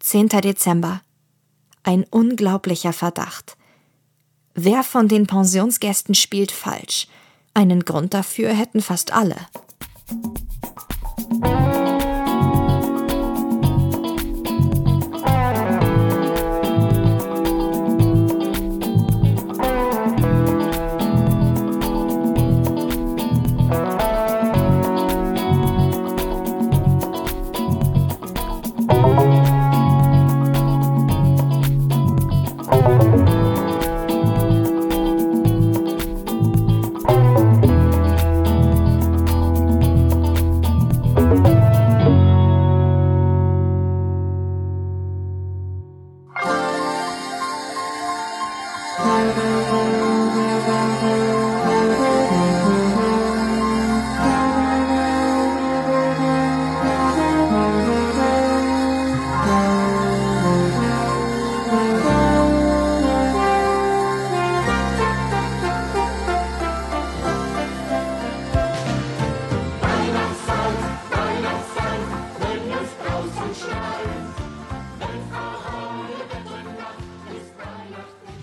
10. Dezember. Ein unglaublicher Verdacht. Wer von den Pensionsgästen spielt falsch? Einen Grund dafür hätten fast alle.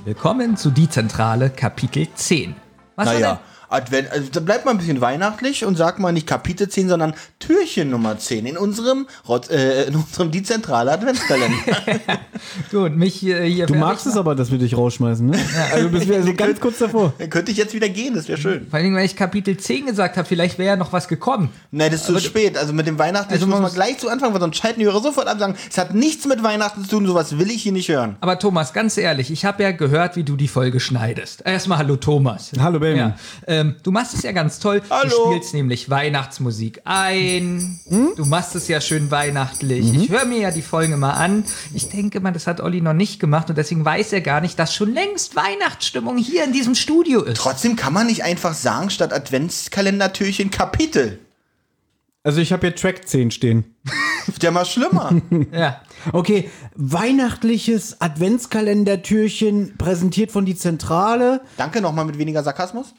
Willkommen zu Die Zentrale Kapitel 10. Was war Naja, Advent, also da bleibt mal ein bisschen weihnachtlich und sagt mal nicht Kapitel 10, sondern Türchen Nummer 10 in unserem, Rot, äh, in unserem dezentralen Adventskalender. denn? Du und mich hier. hier Du fertig magst es machen. aber, dass wir dich rausschmeißen, ne? Also du bist wieder so ganz kurz davor. Dann könnte ich jetzt wieder gehen, das wäre schön. Vor allem, weil ich Kapitel 10 gesagt habe, vielleicht wäre ja noch was gekommen. Nein, das ist zu spät. Also mit dem Weihnachten Also muss man man muss- gleich zu Anfang, weil sonst schalten die Hörer sofort ab und sagen, es hat nichts mit Weihnachten zu tun, sowas will ich hier nicht hören. Aber Thomas, ganz ehrlich, ich habe ja gehört, wie du die Folge schneidest. Erstmal hallo Thomas. Hallo, Baby. Ja. Ähm, du machst es ja ganz toll. Hallo. Du spielst nämlich Weihnachtsmusik ein. Hm? Du machst es ja schön weihnachtlich. Mhm. Ich höre mir ja die Folgen mal an. Ich denke mal, das hat Olli noch nicht gemacht und deswegen weiß er gar nicht, dass schon längst Weihnachtsstimmung hier in diesem Studio ist. Trotzdem kann man nicht einfach sagen, statt Adventskalendertürchen Kapitel. Also ich habe hier Track 10 stehen. Wird ja mal schlimmer. Ja. Okay, weihnachtliches Adventskalendertürchen präsentiert von die Zentrale. Danke nochmal mit weniger Sarkasmus.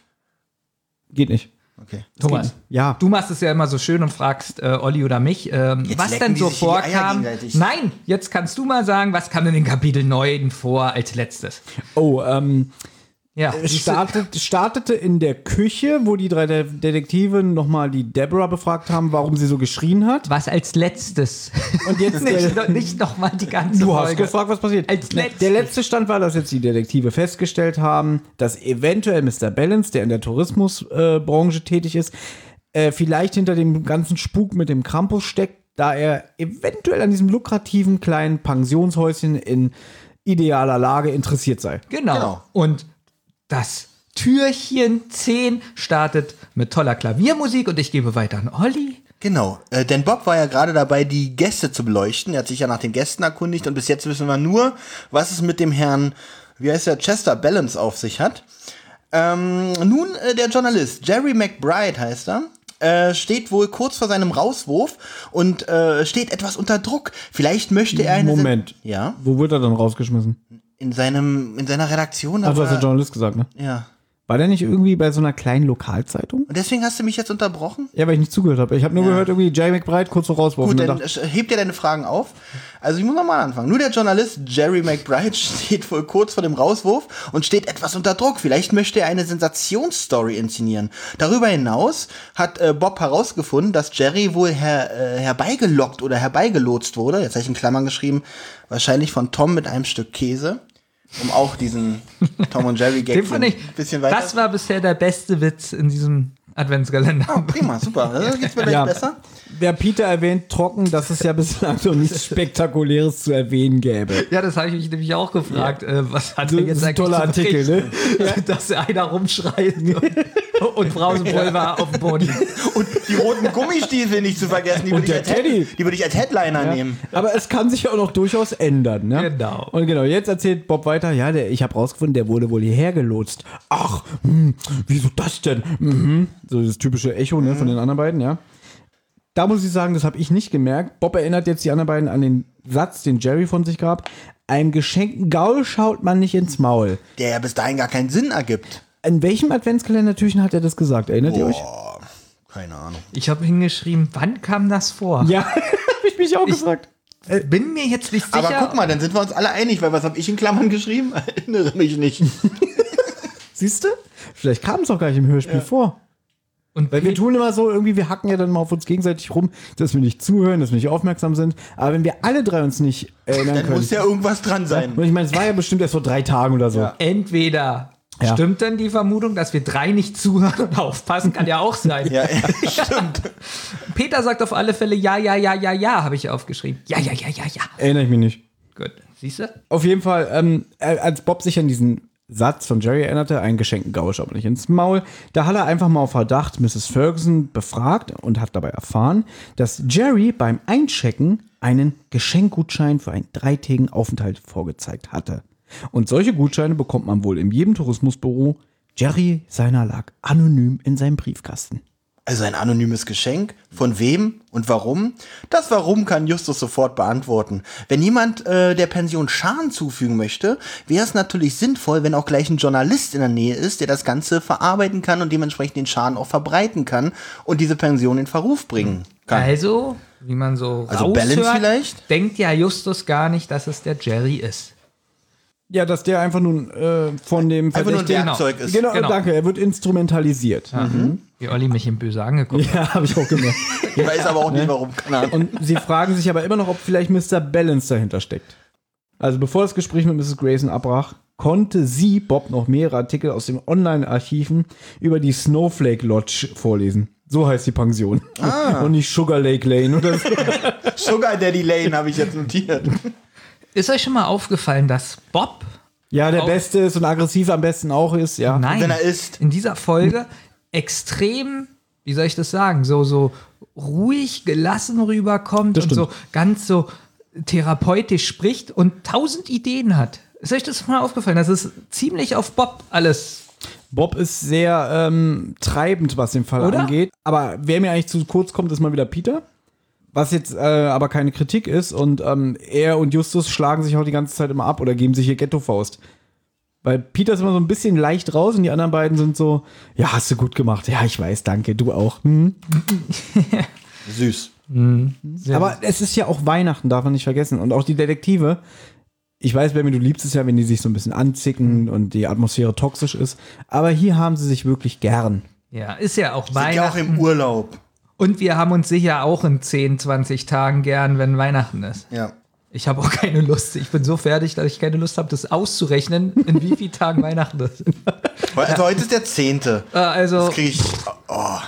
Geht nicht. Okay. Thomas. Ja. Du machst es ja immer so schön und fragst äh, Olli oder mich, ähm, Jetzt was lecken denn die so sich in die Eier vorkam. gegenseitig. Nein, jetzt kannst du mal sagen, was kam denn in Kapitel 9 vor als letztes? Oh, ähm, Ja, siehst du- startet, startete in der Küche, wo die drei De Detektive nochmal die Deborah befragt haben, warum sie so geschrien hat. was als letztes. Und jetzt nicht der, noch- nicht nochmal die ganze Du hast Folge. gefragt, was passiert. Als Ne, letztes. Der letzte Stand war, dass jetzt die Detektive festgestellt haben, dass eventuell Mr. Balance, der in der Tourismusbranche äh, Branche tätig ist, äh, vielleicht hinter dem ganzen Spuk mit dem Krampus steckt, da er eventuell an diesem lukrativen kleinen Pensionshäuschen in idealer Lage interessiert sei. Genau. Genau. Und das Türchen 10 startet mit toller Klaviermusik und ich gebe weiter an Olli. Genau, äh, denn Bob war ja gerade dabei, die Gäste zu beleuchten. Er hat sich ja nach den Gästen erkundigt und bis jetzt wissen wir nur, was es mit dem Herrn, wie heißt er, Chester Balance auf sich hat. Ähm, nun, äh, der Journalist, Jerry McBride heißt er, äh, steht wohl kurz vor seinem Rauswurf und äh, steht etwas unter Druck. Vielleicht möchte er eine Moment. Ja, Wo wird er dann rausgeschmissen? in seinem in seiner Redaktion. Also hast du Aber, Journalist gesagt, ne? ja. War der nicht irgendwie bei so einer kleinen Lokalzeitung? Und deswegen hast du mich jetzt unterbrochen? Ja, weil ich nicht zugehört habe. Ich habe nur gehört, irgendwie Jay McBride kurz so rausworfen. Gut, und dann dachte, sch- heb dir deine Fragen auf. Also ich muss nochmal anfangen. Nur der Journalist Jerry McBride steht wohl kurz vor dem Rauswurf und steht etwas unter Druck. Vielleicht möchte er eine Sensationsstory inszenieren. Darüber hinaus hat äh, Bob herausgefunden, dass Jerry wohl her, äh, herbeigelockt oder herbeigelotst wurde. Jetzt habe ich in Klammern geschrieben, wahrscheinlich von Tom mit einem Stück Käse. Um auch diesen Tom und Jerry Gag Den fand ich, ein bisschen weiter. das war bisher der beste Witz in diesem Adventskalender. oh, prima, super. Das geht's mir gleich Ja. besser. Wer Peter erwähnt, trocken, dass es ja bislang noch nichts Spektakuläres zu erwähnen gäbe. Ja, das habe ich mich nämlich auch gefragt. Äh, was hat So, er jetzt das ist ein eigentlich toller zu Artikel, berichten? Dass einer rumschreit und, und Brausenpulver auf dem Boden. Und die roten Gummistiefel nicht zu vergessen. Die Und würde ich der als Head- Teddy. Die würde ich als Headliner nehmen. Aber es kann sich auch noch durchaus ändern, ne? Genau. Und genau, jetzt erzählt Bob weiter, ja, der, ich habe rausgefunden, der wurde wohl hierher gelotst. Ach, hm, wieso das denn? Mhm. So das typische Echo ne, von den anderen beiden, ja. Da muss ich sagen, das habe ich nicht gemerkt. Bob erinnert jetzt die anderen beiden an den Satz, den Jerry von sich gab. Einem geschenkten Gaul schaut man nicht ins Maul. der ja bis dahin gar keinen Sinn ergibt. In welchem Adventskalendertürchen hat er das gesagt? Erinnert ihr euch? Keine Ahnung. Ich habe hingeschrieben, wann kam das vor? Äh, Ja, habe ich mich auch gefragt. bin mir jetzt nicht sicher. Aber guck mal, dann sind wir uns alle einig, weil was habe ich in Klammern geschrieben? Erinnere mich nicht. Siehst du? Vielleicht kam es auch gar nicht im Hörspiel vor. Und Weil wir tun immer so, irgendwie, wir hacken ja dann mal auf uns gegenseitig rum, dass wir nicht zuhören, dass wir nicht aufmerksam sind. Aber wenn wir alle drei uns nicht erinnern Dann können. muss ja irgendwas dran sein. und ich meine, es war ja bestimmt erst vor drei Tagen oder so. Ja. entweder Ja. stimmt dann die Vermutung, dass wir drei nicht zuhören und aufpassen, kann ja auch sein. Ja, ja, stimmt. Peter sagt auf alle Fälle ja, ja, ja, ja, ja, habe ich aufgeschrieben. Ja, ja, ja, ja, ja. Erinnere ich mich nicht. Gut. Siehst du? Auf jeden Fall, ähm, äh, als Bob sich an diesen Satz von Jerry erinnerte, einen geschenkten Gausch, aber nicht ins Maul, da hat er einfach mal auf Verdacht Mrs. Ferguson befragt und hat dabei erfahren, dass Jerry beim Einchecken einen Geschenkgutschein für einen dreitägigen Aufenthalt vorgezeigt hatte. Und solche Gutscheine bekommt man wohl in jedem Tourismusbüro. Jerry seiner lag anonym in seinem Briefkasten. Also ein anonymes Geschenk? Von wem und warum? Das Warum kann Justus sofort beantworten. Wenn jemand äh, der Pension Schaden zufügen möchte, wäre es natürlich sinnvoll, wenn auch gleich ein Journalist in der Nähe ist, der das Ganze verarbeiten kann und dementsprechend den Schaden auch verbreiten kann und diese Pension in Verruf bringen kann. Also, wie man so Also raushört, Balance vielleicht? denkt ja Justus gar nicht, dass es der Jerry ist. Ja, dass der einfach nun äh, von dem Einfach nur ein Verdächtigen- Werkzeug ist. Genau, Genau. danke, er wird instrumentalisiert. Mhm. Wie Olli mich im Böse angeguckt hat. Ja, habe ich auch gemerkt. Ich weiß aber auch nicht, warum. Keine Ahnung. Und sie fragen sich aber immer noch, ob vielleicht Mr. Balance dahinter steckt. Also bevor das Gespräch mit Mrs. Grayson abbrach, konnte sie Bob noch mehrere Artikel aus den Online-Archiven über die Snowflake Lodge vorlesen. So heißt die Pension. Und nicht Sugar Lake Lane oder so. Sugar Daddy Lane habe ich jetzt notiert. Ist euch schon mal aufgefallen, dass Bob, Ja, der Auch- Beste ist und aggressiv am besten auch ist, ja. nein, wenn er isst. in dieser Folge extrem, wie soll ich das sagen, so, so ruhig, gelassen rüberkommt und so ganz so therapeutisch spricht und tausend Ideen hat. Ist euch das mal aufgefallen? Das ist ziemlich auf Bob alles Bob ist sehr ähm, treibend, was den Fall Oder? angeht. Aber wer mir eigentlich zu kurz kommt, ist mal wieder Peter. Was jetzt äh, aber keine Kritik ist. Und ähm, er und Justus schlagen sich auch die ganze Zeit immer ab oder geben sich hier Ghetto-Faust. Weil Peter ist immer so ein bisschen leicht raus und die anderen beiden sind so, ja, hast du gut gemacht. Ja, ich weiß, danke, du auch. Hm. Süß. Aber es ist ja auch Weihnachten, darf man nicht vergessen. Und auch die Detektive. Ich weiß, Baby, du liebst es ja, wenn die sich so ein bisschen anzicken und die Atmosphäre toxisch ist. Aber hier haben sie sich wirklich gern. Ja, ist ja auch Sind ja auch Weihnachten. im Urlaub. Und wir haben uns sicher auch in 10, 20 Tagen gern, wenn Weihnachten ist. Ja. Ich habe auch keine Lust. Ich bin so fertig, dass ich keine Lust habe, das auszurechnen, in wie vielen Tagen Weihnachten ist. Also heute ist der zehnte. Äh, also, Das kriege ich. Oh.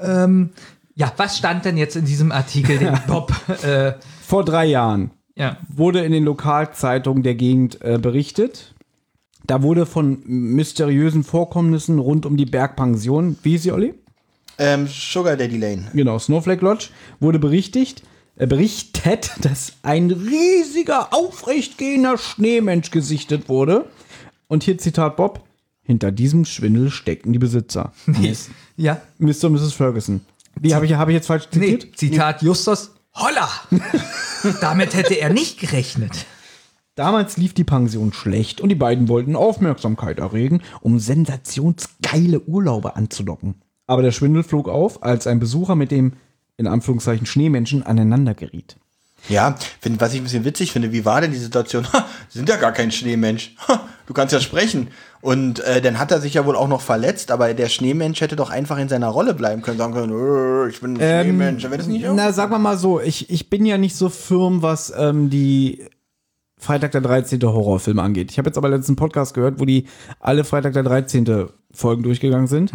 ähm, ja, was stand denn jetzt in diesem Artikel, den Bob? Äh, Vor drei Jahren ja. wurde in den Lokalzeitungen der Gegend äh, berichtet. Da wurde von mysteriösen Vorkommnissen rund um die Bergpension, wie hieß sie, Olli? Ähm, Sugar Daddy Lane. Genau, Snowflake Lodge, wurde berichtigt, äh, berichtet, dass ein riesiger, aufrechtgehender Schneemensch gesichtet wurde. Und hier Zitat Bob, hinter diesem Schwindel stecken die Besitzer. Ja. Mr. und Mrs. Ferguson. Die habe ich, hab ich jetzt falsch Nee, zitiert? Zitat Justus. Holla! Damit hätte er nicht gerechnet. Damals lief die Pension schlecht und die beiden wollten Aufmerksamkeit erregen, um sensationsgeile Urlaube anzulocken. Aber der Schwindel flog auf, als ein Besucher mit dem in Anführungszeichen Schneemenschen aneinander geriet. Ja, find, was ich ein bisschen witzig finde, wie war denn die Situation? Ha, Sie sind ja gar kein Schneemensch. Ha, du kannst ja sprechen. Und äh, dann hat er sich ja wohl auch noch verletzt, aber der Schneemensch hätte doch einfach in seiner Rolle bleiben können, sagen können, "Äh, ich bin ein Schneemensch. Dann wäre das nicht Na, sagen wir mal so, ich, ich bin ja nicht so firm, was ähm, die Freitag der 13. Horrorfilme angeht. Ich habe jetzt aber letzten Podcast gehört, wo die alle Freitag der 13. Folgen durchgegangen sind.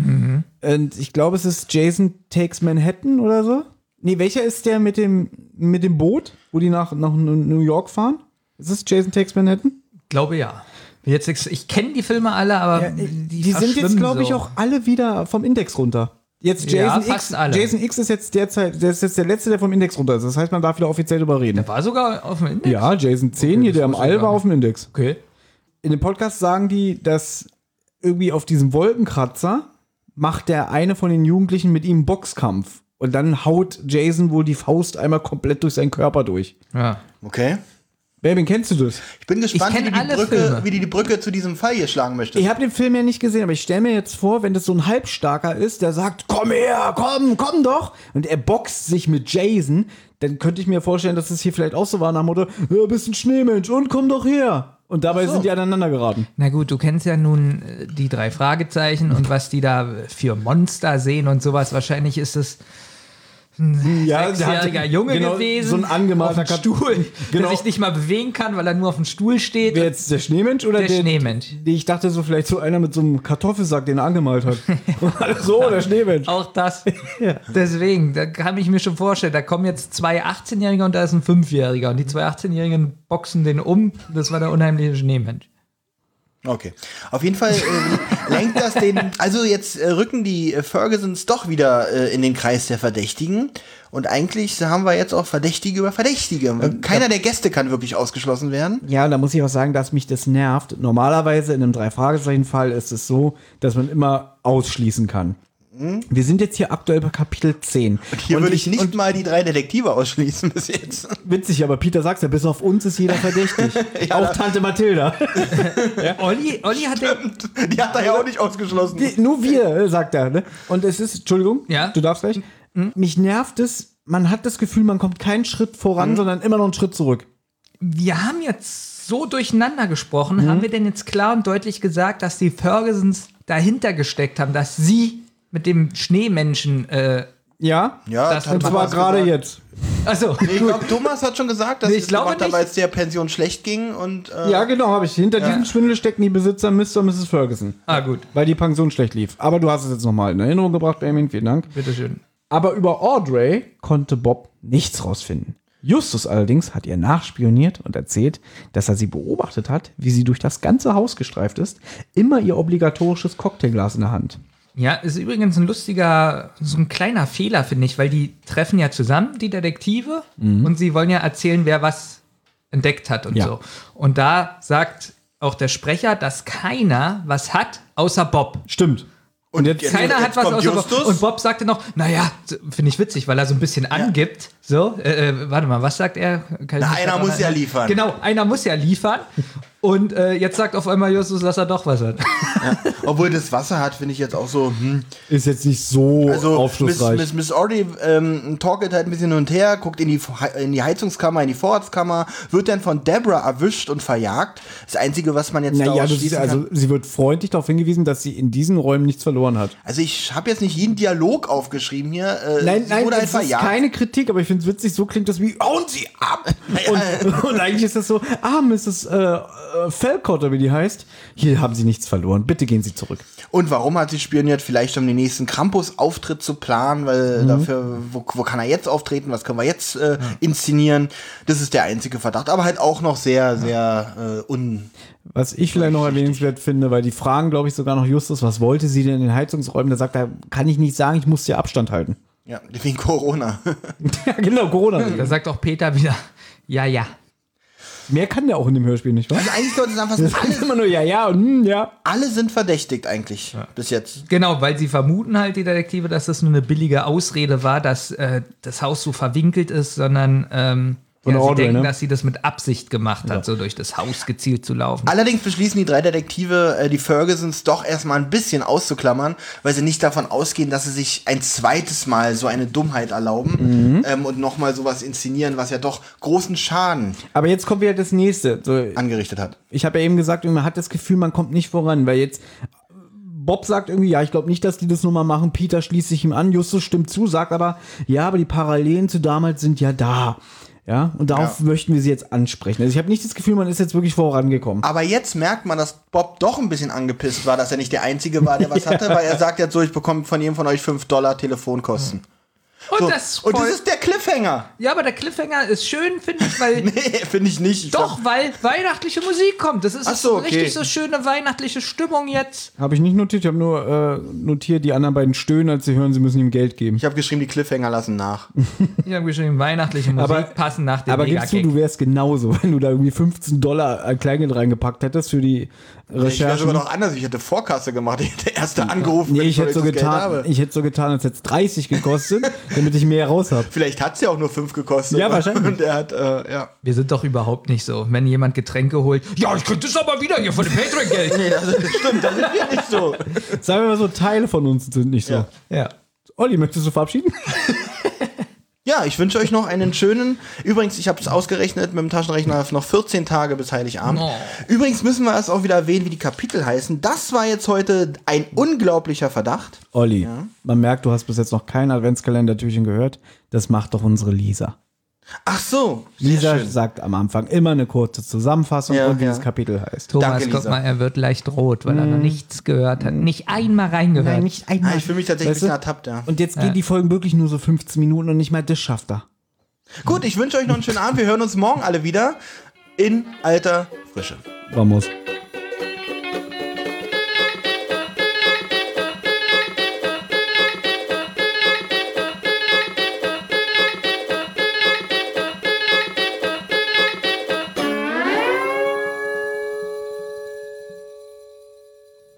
Und ich glaube, es ist Jason Takes Manhattan oder so. Nee, welcher ist der mit dem, mit dem Boot, wo die nach, nach New York fahren? Ist es Jason Takes Manhattan? Glaube ja. Jetzt, ich kenne die Filme alle, aber die, Äh, Die, sind jetzt, verschwimmen glaube ich, so. auch alle wieder vom Index runter. Jetzt Ja, Jason X. fast alle. Jason X ist jetzt derzeit, der ist jetzt der letzte, der vom Index runter ist. Das heißt, man darf wieder offiziell drüber reden. War sogar auf dem Index. Ja, Jason 10 hier, das der am wusste ich All gar war nicht. auf dem Index. Okay. In dem Podcast sagen die, dass irgendwie auf diesem Wolkenkratzer macht der eine von den Jugendlichen mit ihm einen Boxkampf. Und dann haut Jason wohl die Faust einmal komplett durch seinen Körper durch. Ja. Okay. Baby, kennst du das? Ich bin gespannt, Ich wie kenn die, die alle Brücke, Filme. wie die die Brücke zu diesem Fall hier schlagen möchte. Ich habe den Film ja nicht gesehen, aber ich stelle mir jetzt vor, wenn das so ein Halbstarker ist, der sagt, komm her, komm, komm doch. Und er boxt sich mit Jason, dann könnte ich mir vorstellen, dass es hier vielleicht auch so war, nach dem Motto, "Ja, bist ein Schneemensch und komm doch her. Und dabei sind die aneinander geraten. Na gut, du kennst ja nun äh, die drei Fragezeichen und was die da für Monster sehen und sowas. Wahrscheinlich ist es ein Ja, der sechsjähriger hat Junge genau gewesen. so ein angemalter auf Kat- dem Stuhl, Genau. der sich nicht mal bewegen kann, weil er nur auf dem Stuhl steht. Wer jetzt der Schneemensch oder der der, Schneemensch. Nee, Ich dachte so vielleicht so einer mit so einem Kartoffelsack, den er angemalt hat. so, der Schneemensch. Auch das. Deswegen, da kann ich mir schon vorstellen, da kommen jetzt zwei 18-Jährige und da ist ein 5-Jähriger. Und die zwei 18-Jährigen boxen den um. Das war der unheimliche Schneemensch. Okay. Auf jeden Fall äh, lenkt das den. Also jetzt äh, rücken die äh, Fergusons doch wieder äh, in den Kreis der Verdächtigen. Und eigentlich haben wir jetzt auch Verdächtige über Verdächtige. Keiner der Gäste kann wirklich ausgeschlossen werden. Ja, und da muss ich auch sagen, dass mich das nervt. Normalerweise in einem Drei-Fragezeichen-Fall ist es so, dass man immer ausschließen kann. Wir sind jetzt hier aktuell bei Kapitel 10. Hier Und würde ich, nicht Und mal die drei Detektive ausschließen bis jetzt. witzig, aber Peter sagt ja, bis auf uns ist jeder verdächtig. auch Tante Mathilda. Olli, Olli hat den, Die hat er ja auch nicht ausgeschlossen. Die- Nur wir, äh, sagt er. Ne? Und es ist, Entschuldigung, Ja. du darfst gleich. Mich nervt es, man hat das Gefühl, man kommt keinen Schritt voran, sondern immer noch einen Schritt zurück. wir haben jetzt so durcheinander gesprochen. Haben wir denn jetzt klar und deutlich gesagt, dass die Fergusons dahinter gesteckt haben, dass sie mit dem Schneemenschen. Äh, Ja? Ja, Das- hat Und zwar Thomas gerade gesagt. jetzt. also, Ich glaube, Thomas hat schon gesagt, dass Nee, nee, ich es glaube gemacht hat, nicht. weil es der Pension schlecht ging und äh, Ja, genau, habe ich. Hinter diesem Schwindel stecken die Besitzer Mr. und Mrs. Ferguson. ah gut, Weil die Pension schlecht lief. Aber du hast es jetzt nochmal in Erinnerung gebracht, Benjamin. Vielen Dank. bitteschön. Aber über Audrey konnte Bob nichts rausfinden. Justus allerdings hat ihr nachspioniert und erzählt, dass er sie beobachtet hat, wie sie durch das ganze Haus gestreift ist, immer ihr obligatorisches Cocktailglas in der Hand. Ja, ist übrigens ein lustiger, so ein kleiner Fehler, finde ich, weil die treffen ja zusammen, die Detektive, und sie wollen ja erzählen, wer was entdeckt hat und Ja. so. Und da sagt auch der Sprecher, dass keiner was hat, außer Bob. Stimmt. Und jetzt, jetzt- Keiner hat was kommt außer Justus. Bob. Und Bob sagte noch, naja, finde ich witzig, weil er so ein bisschen angibt. So, äh, äh, warte mal, was sagt er? Kann ich Na, mich einer daran muss ja erinnern? liefern. Genau, einer muss ja liefern. Und äh, jetzt sagt auf einmal Justus, dass er doch was hat. obwohl das Wasser hat, finde ich jetzt auch so. Hm. ist jetzt nicht so Also Miss, aufschlussreich. Miss, Miss Audrey ähm, talket halt ein bisschen hin und her, guckt in die, Vor- in die Heizungskammer, in die Vorratskammer, wird dann von Deborah erwischt und verjagt. Das Einzige, was man jetzt naja, daraus das ist, schließen also kann. sie wird freundlich darauf hingewiesen, dass sie in diesen Räumen nichts verloren hat. Also ich habe jetzt nicht jeden Dialog aufgeschrieben hier. Äh, sie wurde halt das ist verjagt. keine Kritik, aber ich finde es witzig, so klingt das wie, hauen sie ab! Und, und eigentlich ist das so, ah, Mrs. Äh, äh, Felcott, oder wie die heißt, hier haben sie nichts verloren, bitte gehen sie zurück. Und warum hat sie spioniert? Vielleicht um den nächsten Krampus-Auftritt zu planen, weil dafür, wo, wo kann er jetzt auftreten, was können wir jetzt äh, inszenieren? Das ist der einzige Verdacht, aber halt auch noch sehr, sehr äh, un... Was ich vielleicht noch erwähnenswert finde, weil die fragen, glaube ich, sogar noch Justus, was wollte sie denn in den Heizungsräumen? Da sagt er, kann ich nicht sagen, ich muss dir Abstand halten. Ja, wegen Corona. ja, genau, Corona. Hm. Da sagt auch Peter wieder, ja, ja. Mehr kann der auch in dem Hörspiel nicht, was? Also eigentlich sollte es einfach Das heißt immer nur ja, ja und hm, ja. alle sind verdächtigt eigentlich bis jetzt. Genau, weil sie vermuten halt die Detektive, dass das nur eine billige Ausrede war, dass äh, das Haus so verwinkelt ist, sondern ähm, Von ja, sie Audrey, denken, ne? dass sie das mit Absicht gemacht hat, so durch das Haus gezielt zu laufen. Allerdings beschließen die drei Detektive, äh, die Fergusons doch erstmal ein bisschen auszuklammern, weil sie nicht davon ausgehen, dass sie sich ein zweites Mal so eine Dummheit erlauben ähm, und nochmal sowas inszenieren, was ja doch großen Schaden Aber jetzt kommt wieder das nächste. So, angerichtet hat. ich habe ja eben gesagt, man hat das Gefühl, man kommt nicht voran, weil jetzt Bob sagt irgendwie, ja, ich glaube nicht, dass die das nochmal machen. Peter schließt sich ihm an, Justus stimmt zu, sagt aber, ja, aber die Parallelen zu damals sind ja da. Ja, und darauf möchten wir sie jetzt ansprechen. Also ich habe nicht das Gefühl, man ist jetzt wirklich vorangekommen. Aber jetzt merkt man, dass Bob doch ein bisschen angepisst war, dass er nicht der Einzige war, der was hatte, weil er sagt jetzt so, ich bekomme von jedem von euch 5 Dollar Telefonkosten. Und So. das, Also, und das voll- ist der Cliffhanger. Ja, aber der Cliffhanger ist schön, finde ich, weil. Nee, finde ich nicht. Ich Doch, weil weihnachtliche Musik kommt. Das ist Ach so, okay. richtig so schöne weihnachtliche Stimmung jetzt. Habe ich nicht notiert, ich habe nur äh, notiert, die anderen beiden stöhnen, als sie hören, sie müssen ihm Geld geben. Ich habe geschrieben, die Cliffhanger lassen nach. Ich habe geschrieben, weihnachtliche Musik Aber- passen nach dem Aber gibst du, Mega-Gag. du wärst genauso, wenn du da irgendwie 15 Dollar an Kleingeld reingepackt hättest für die Ich wäre Recherche. sogar noch anders. Ich hätte Vorkasse gemacht. Ich hätte erst da angerufen, Nee, ich hätte, so so getan, ich hätte so getan, als hätte es 30 gekostet, damit ich mehr raus habe. Vielleicht hat es ja auch nur fünf gekostet. Ja, wahrscheinlich. Und er hat, äh, ja. Wir sind doch überhaupt nicht so. Wenn jemand Getränke holt, ja, ich könnte es aber wieder hier von dem Patreon-Geld. Nee, das ist, stimmt, das sind wir nicht so. Sagen wir mal so, Teile von uns sind nicht so. Ja. ja. Olli, möchtest du verabschieden? Ja, ich wünsche euch noch einen schönen. Übrigens, ich habe es ausgerechnet mit dem Taschenrechner noch 14 Tage bis Heiligabend. Oh. Übrigens müssen wir es auch wieder erwähnen, wie die Kapitel heißen. Das war jetzt heute ein unglaublicher Verdacht. Olli, man merkt, du hast bis jetzt noch kein Adventskalendertürchen gehört. Das macht doch unsere Lisa. Ach so, Lisa sagt am Anfang immer eine kurze Zusammenfassung Ja, und wie ja. das Kapitel heißt. Thomas, Danke, guck Lisa. Mhm. mal, er wird leicht rot, weil er noch nichts gehört hat. Nicht einmal reingehört. Ah, ich fühle mich tatsächlich Weißt ein bisschen du? ertappt, ja. Und jetzt gehen die Folgen wirklich nur so 15 Minuten und nicht mal das schafft er. Gut, ich wünsche euch noch einen schönen Abend. Wir hören uns morgen alle wieder in alter Frische. Vamos.